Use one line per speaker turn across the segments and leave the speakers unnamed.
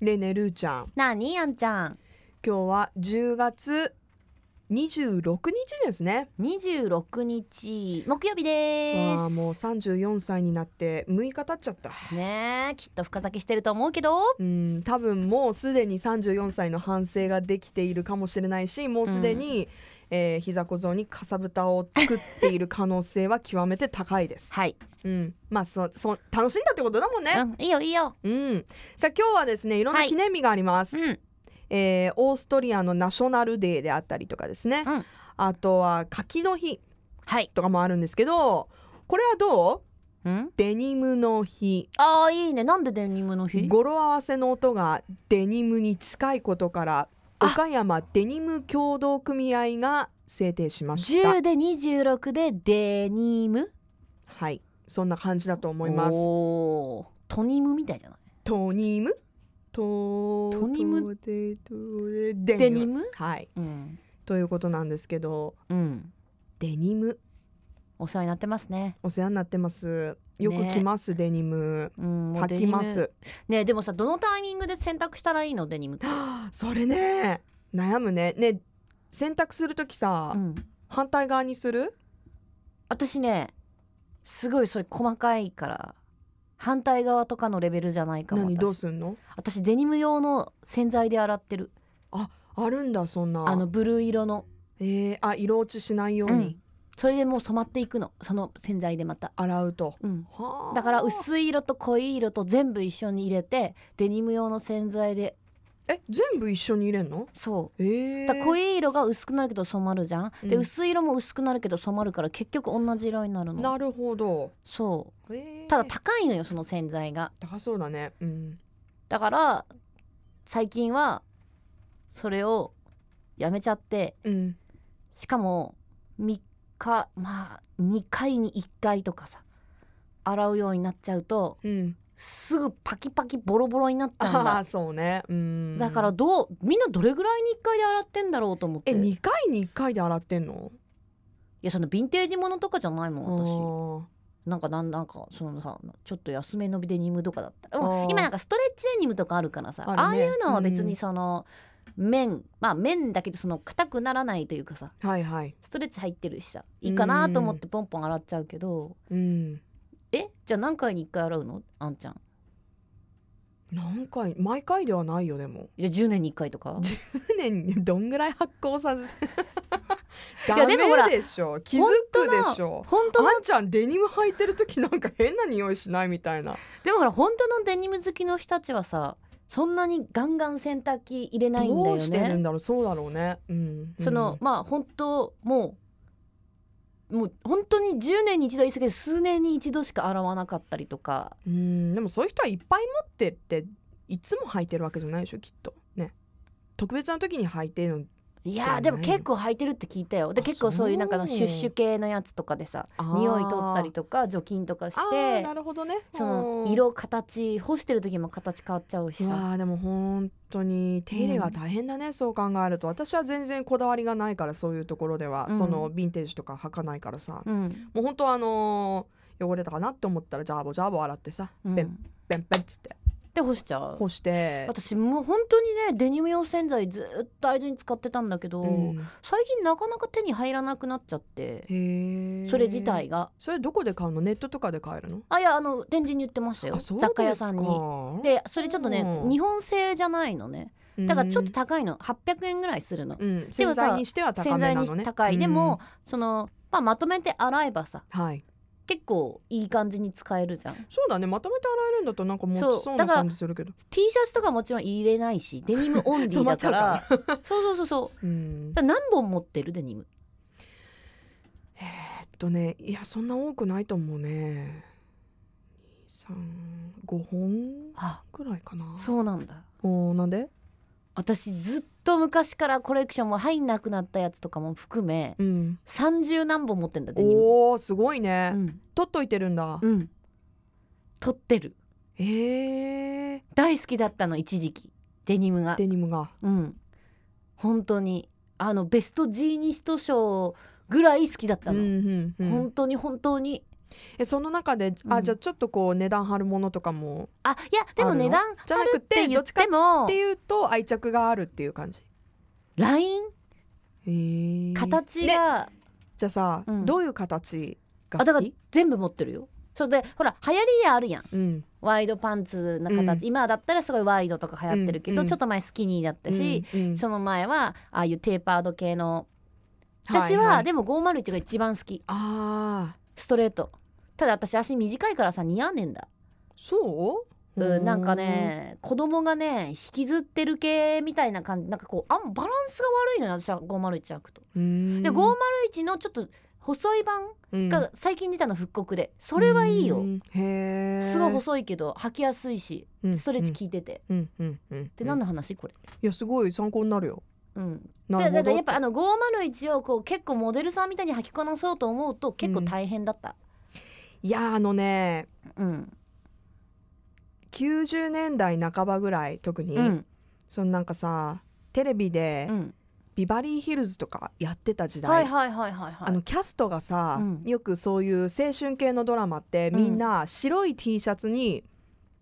でねるーちゃん
なあにあんちゃん
今日は10月26日ですね
26日木曜日で
わあ
す
もう34歳になって6日経っちゃった
ねえきっと深酒してると思うけど
うん多分もうすでに34歳の反省ができているかもしれないしもうすでに、えー膝小僧にかさぶたを作っている可能性は極めて高いです、
はい、
うん、まあそそ楽しんだってことだもんね、
うん、いいよいいよ
うん、さあ今日はですねいろんな
はい
記念日があります、
うん
えーオーストリアのナショナルデーであったりとかですね、
うん
あとは柿の日
はい
とかもあるんですけどこれはどう
うん
デニムの日
ああいいねなんでデニムの日
語呂合わせの音がデニムに近いことから
あ
岡山デニム協同組合が制定しました
10で26でデニム
はいそんな感じだと思います
おートニムみたいじゃない
トニムト
トニ
ト
ム
デトレデニム
デニム
はい
うん
ということなんですけど
うん
デニム
お世話になってますね
お世話になってますよく
ね
着ます、デニム
うんもう
履
デ
き
ニム
ます
ねえでもさどのタイミングで洗濯したらいいのデニムって、
それね悩むねね洗濯するときさ、
うん、
反対側にする
私ねすごいそれ細かいから反対側とかのレベルじゃないかも
何
私
どうすんの
私デニム用の洗剤で洗ってる
あるんだそんな
あのブルー色の、
えー、あ色落ちしないよう
う
に
んそれでもう染まっていくのその洗剤でまた、
洗うと、
うん、
はあ
だから薄い色と濃い色と全部一緒に入れてデニム用の洗剤で
え全部一緒に入れんの
そう
えー、
だから濃い色が薄くなるけど染まるじゃん、で
うん
薄い色も薄くなるけど染まるから結局同じ色になるの
なるほど、
そ
えー、
うただ高いのよその洗剤が
高そうだねうん
だから最近はそれをやめちゃって
うん
しかも3日まあ2回に1回とかさ洗うようになっちゃうと
うん
すぐパキパキボロボロになっちゃうん
ああ
だ
ーそうねうん
だからどうみんなどれぐらいに1回で洗ってんだろうと思って
え
い
二回に一回で洗ってんの
やそのヴィンテージものとかじゃないもん私
私
なんかなんなんかそのさちょっと安めのビデニムとかだったらで
あ
も
ー
今なんかストレッチデニムとかあるからさあ,、
あ
あ
るね
いうのは別にその、面まあ面だけどその硬くならないというかさ
はいはい
ストレッチ入ってるしさいいかなと思ってポンポン洗っちゃうけど、
うん
えじゃあ何回に1回洗うのあんちゃん
何回毎回ではないよでも
じゃあ10年に1回とか
じ去年にどんぐらい発酵させてダ
いやでもほら
メでしょ気づくでしょ
本当の
あんちゃんデニム履いてる時なんか変な匂いしないみたいな
でもほら本当のデニム好きの人たちはさそんなにガンガン洗濯機入れないんだ
ど
よ
うしてる
ね
んだろうそうだろうね、うん、
その、まあ本当もうもう本当に10年に一度言い過ぎて数年に一度しか洗わなかったりとか
うん、うんでもそういう人はいっぱい持ってっていつも履いてるわけじゃないでしょきっとね特別な時に履いてるの
い
だよ
や
ね
ーでも結構履いてるって聞いたよで
あ
結構そういうなんかあの
そう
シュッシュ系のやつとかでさ匂い取ったり
と
とか除菌とかし
あー
て
なるほどね
その
うん
色形干してる時も形変わっちゃうし
いや
さ
ーでも本当に手入れが大変だね、そう考えると私は全然こだわりがないからそういうところでは、
うん
そのヴィンテージとか履かないからさ、
うん
もう本当はあのー汚れたかなって思ったらジャーボジャーボ洗ってさ、
うん
ペンペンペンっつって
で干しちゃう
干して、
私もう本当にねデニム用洗剤ずっと大事に使ってたんだけど、
うん
最近なかなか手に入らなくなっちゃっ
へ
て
え
それ自体が
それどこで買うのネットとかで買えるの
あいやあの電人に売ってましたよ
あそう
雑貨
で
屋
すか
さんに。でそれちょっとね、
うん
日本製じゃないのねだからちょっと、高いの800円ぐらいするの、
うんうん、洗剤にしては高
洗
め
剤
な
に
のね
高い、でも、その、まあ、まとめて洗えばさ
うんはい
結構いい感じに使えるじゃん
そうだねまとめて洗えるんだとなんか持
そう
ちそうな
だから
感じするけど
T シャツとかもちろん入れないしデニムオンリーだから そうそうそうそう
うん
だから何本持ってるデニム
えっとねいやそんな多くないと思うね35本
あ
ぐらいかな
そうなんだ
おーなんで
私ずっと昔からコレクションも入んなくなったやつとかも含め
うん
30何本持ってんだデニム
おーすごいね、
うん、
取っといてるんだ、
うん、取ってる
えー、
大好きだったの一時期デニムが
デニムが
うん本当にあのベストジーニスト賞ぐらい好きだったの、
うんうんうん
本当に本当に
えその中で、
う
あ
ん
じゃあちょっとこう値段張るものとかも
あいやでも値段
じゃ
張
な
る
く
ってて言っても
っていうと愛着があるっていう感じ。
LINE
へー
形
ね
が、
じゃあさ、
うん
どういう形が
あだ
好
から
き？
全部持ってるよそれでほら流行りあるやん
うん
ワイドパンツな形、
うん
今だったらすごいワイドとか流行ってるけど、
うん
ちょっと前スキニーだったし、、
うんうん
その前はああいうテーパード系の
い
私は、
い
でも501が一番好き
ああ
ストレートただ私足短いからさ似合わねえんだ、
そう？
うん、なんかね子供がね引きずってる系みたいな感じなんかこうあんバランスが悪いのよ私は501履くと。
うん。
で501のちょっと細い版
うん
が最近出たの復刻でそれはいいよ、
うんへえ。
すごい細いけど履きやすいし
うん
ストレッチ効いてて、っ
うんうんうん。って
何の話これ、
いやすごい参考になるよ。
うん、
な
だ
る
だ
ほ
だ
ど。
やっぱあの501をこう結構モデルさんみたいに履きこなそうと思うと結構大変だった、
いやあのね
うん
90年代半ばぐらい特に、
うん
そのなんかさテレビで、
うん、
ビバリーヒルズとかやってた時代、
はいはいはいはいはい
あのキャストがさ、
うん
よくそういう青春系のドラマってみんな白い T シャツに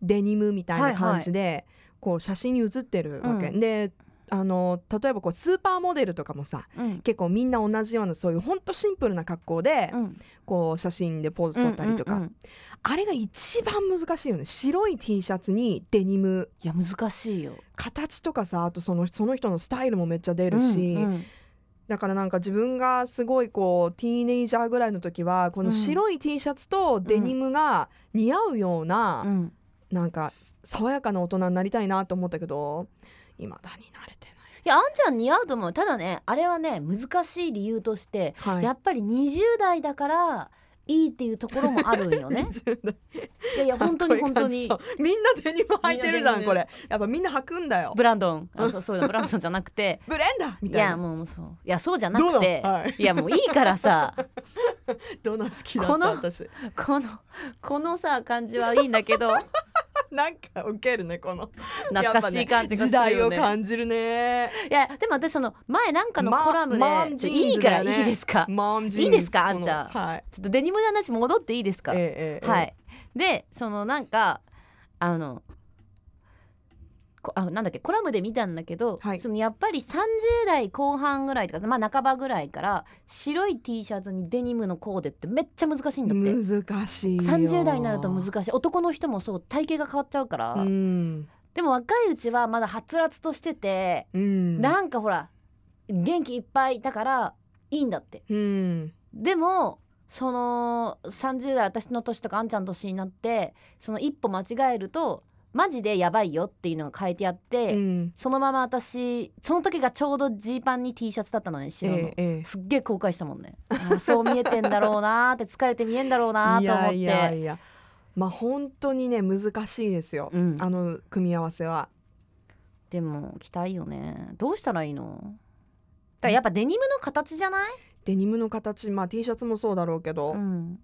デニムみたいな感じで、こう写真に写ってるわけ、
う
であの例えばこうスーパーモデルとかもさ
うん
結構みんな同じようなそういうほんとシンプルな格好で、
うん
こう写真でポーズ撮ったりとか、
うんうんうん
あれが一番難しいよね白い T シャツにデニム
いや難しいよ
形とかさあとそのその人のスタイルもめっちゃ出るし。
うんうん
だからなんか自分がすごいこうティーネイジャーぐらいの時はこの白い T シャツとデニムが似合うような、
うん
なんか爽やかな大人になりたいなと思ったけど未だに慣れて
いやあんちゃん似合うと思うただねあれはね難しい理由として、
ない、はい、
やっぱり20代だからいいっていうところもあるん よねいやいや本当に本当に
こういう感じそうみんなデニム履いてるじゃ
み
ん
んなデニム
これやっぱみんな履くんだよ
ブランドンあそうそうブランドンじゃなくて
ブレンダー み
い
たいな
やもうそういやそうじゃな
どうな
く
の
て、
はい
いやもういいからさ
どんな好きだった
この
私
このこのさ感じはいいんだけど
なんかウケるねこの
懐かしい感じがす
時
る
代
よ
を
ね
感じるね
いやでも私その前なんかのコラムで、
ママンジ
い
ー
い
ンズ
か
だ
ら
よね
いいですか
マームジーンズ
いいですかあんちゃん
このはい
ちょっとデニムの話戻っていいですか、
ええええ
は、いでそのなんかあのこあなんだっけコラムで見たんだけど、
はい
そのやっぱり30代後半ぐらいとかまあ半ばぐらいから白い T シャツにデニムのコーデってめっちゃ難しいんだって
難しいよ
30代になると難しい男の人もそう体型が変わっちゃうから、
うん
でも若いうちはまだはつらつとしてて、
うん
なんかほら元気いっぱいだからいいんだって
うん
でもその30代私の年とかあんちゃんの年になってその一歩間違えるとマジでやばいよっていうのが書いてあって、
うん
そのまま私その時がちょうどジーパンに T シャツだったのね
え
白の、
えええ
すっげえ後悔したもんねあーそう見えてんだろうなーって疲れて見えんだろうな ー
い
と思っ
や
て
いやいやまあ本当にね難しいですよ、
うん
あの組み合わせは
でも着たいよねどうしたらいいのだからやっぱデニムの形じゃない、
デニムの形まあ T シャツもそうだろうけど、
ん、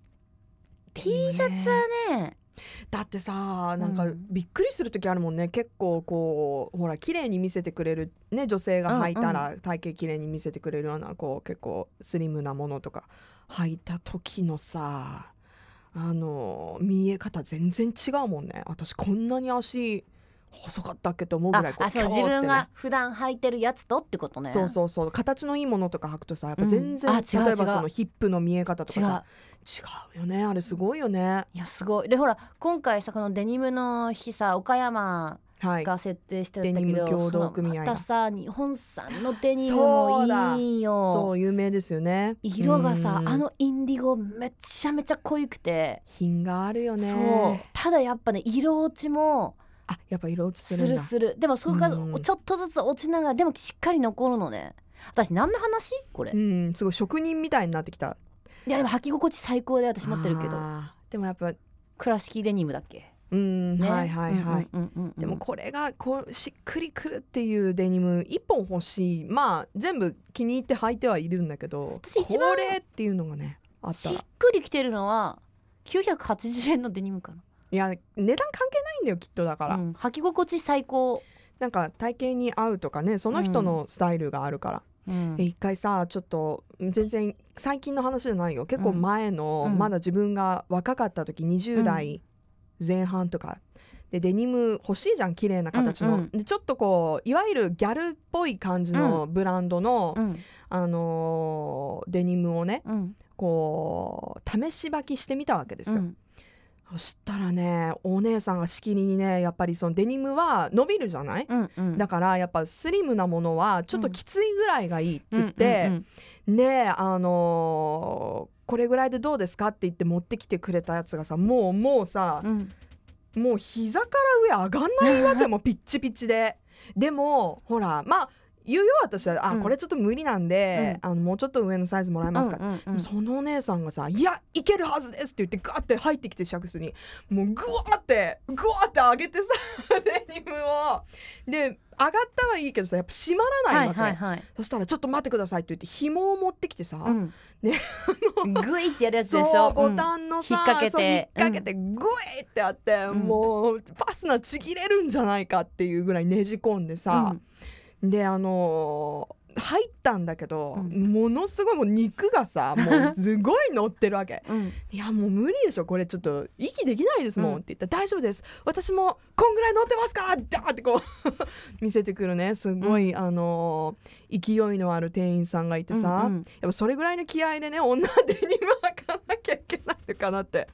T シャツはね
だってさなんか
うん
びっくりする時あるもんね結構こうほら綺麗に見せてくれるね女性が履いたら体型綺麗に見せてくれるようなこう結構スリムなものとか履いた時のさあの見え方全然違うもんね私こんなに足細かったっけと思うぐらい
あ
こ
あそ
キ
う
ョーって
自
ね
分が普段履いてるやつとってことね
そうそうそう形のいいものとか履くとさやっぱ
うん
全然、
あ違う
例えば
違う
そのヒップの見え方と
違
か
う
さ違うよねあれすごいよね
いやすごいでほら今回さこのデニムの日さ岡山
はい
が設定してたけど、
デニム協同組合
その
が
またさ日本産のデニムもいい
そ
よ
う有名ですよね
色がさ
うん
あのインディゴめちゃめちゃ濃ゆくて、
品があるよね
そうただやっぱね色落ちも
あやっぱ色落ちて
す
るん
る
だ
するでもそこが
うん
ちょっとずつ落ちながらでもしっかり残るのね私何の話これ、
う
い
んすごい職人みたいになってきた
やでも履き心地最高で私持ってるけど
あーでもやっぱ
倉敷デニムだっけ、
うん、
ね、
はいはいはい、
うんうんうんうん
でもこれがこうしっくりくるっていうデニム一本欲しいまあ全部気に入って履いてはいるんだけど
私一番
これっていうのがねあった
しっ
ら
くりきてるのは980円のデニムかな、
いや値段関係ないんだよきっとだから、
うん、履き心地最高
なんか体型に合うとかねその人のスタイルがあるから、
うん
一回さちょっと全然最近の話じゃないよ結構前の、
うん
まだ自分が若かった時20代前半とか、でデニム欲しいじゃん綺麗な形の、
うんうん
でちょっとこういわゆるギャルっぽい感じのブランドの、
うん
あのーデニムをね
うん
こう試し履きしてみたわけですよ、
うん
そしたらねお姉さんがしきりにねやっぱりそのデニムは伸びるじゃない、
うんうん
だからやっぱスリムなものはちょっときついぐらいがいいっつって、
うん
ねえあのーこれぐらいでどうですかって言って持ってきてくれたやつがさもうもうさ
うんうん
もう膝から上上がんないわけもうピッチピチででもほらまあ言うよ私は「あ、
うん
これちょっと無理なんで、あのもうちょっと上のサイズもらえますか」
うんうんうん
でもそのお姉さんがさ「いやいけるはずです」って言ってガーって入ってきてシャクスにもうグワーってグワーって上げてさ デニムをで上がったはいいけどさやっぱ締まらないわけ、
はいはいはい
そしたら「ちょっと待ってください」って言って紐を持ってきてさ、
うん
ね
グイってやるやつ
そ
でし
う
ょ
ボタンのさ、
引っ掛けて
そう引っ掛けてグエってあって、
ん
もうファスナーちぎれるんじゃないかっていうぐらいねじ込んでさ、であのー入ったんだけど、
うん
ものすごいもう肉が さもうすごい乗ってるわけ
うんうん
いやもう無理でしょこれちょっと息できないですもん、
うん
って言ったら「大丈夫です私もこんぐらい乗ってますから!」ダーってこう 見せてくるねすごい、あのー勢いのある店員さんがいてさ、
うんうん
やっぱそれぐらいの気合でね女手に巻かなきゃいけないのかなって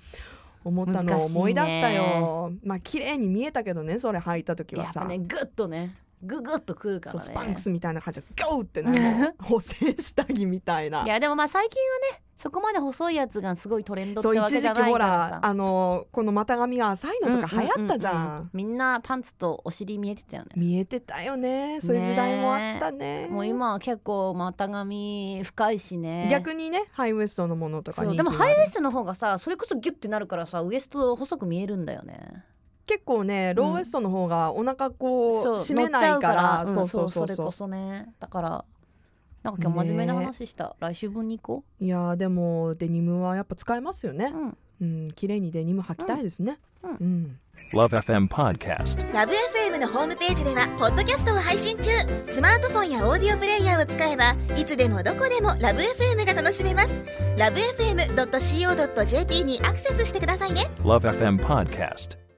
思ったのを思い出したよ、まあ綺麗に見えたけどねそれ履いた時
や
は
っ
さ、
ぱねグッとねググッとくるから
そう
ね
スパンクスみたいな感じでゴーって ねもう補正下着みたいない
やでもまあ最近はねそこまで細いやつがすごいトレンドっ
そう
てわ
一
け
時
じゃ
期
ない
ほ
からさ
らあのこの股上が浅いのとか流行ったじゃん,、
ううううみんなパンツとお尻見えてたよね
見えてたよねそういう時代もあったね
もう今は結構股上深いしね
逆にねハイウエストのものとか
そう
人気
でも
があ
ハ
る
イウエストの方がさそれこそギュッてなるからさウエスト細く見えるんだよね
結構ねローウエストの方がお腹こう
そう
締めな
乗っちゃ
いうから、
うん
そうそうそう
それ
そう
こそねだからなんか今日真面目な話した、来週分に行こ
いやーでもデニムはやっぱ使えますよね
う、うん、
うん、綺麗にデニム履きたいですね
うん
うん、
Love FM Podcast.
ラブ f m のホームページではポッドキャストを配信中スマートフォンやオーディオプレイヤーを使えばいつでもどこでもラブ f m が楽しめますラブ FM.co.jp にアクセスしてくださいね
Love FM Podcast.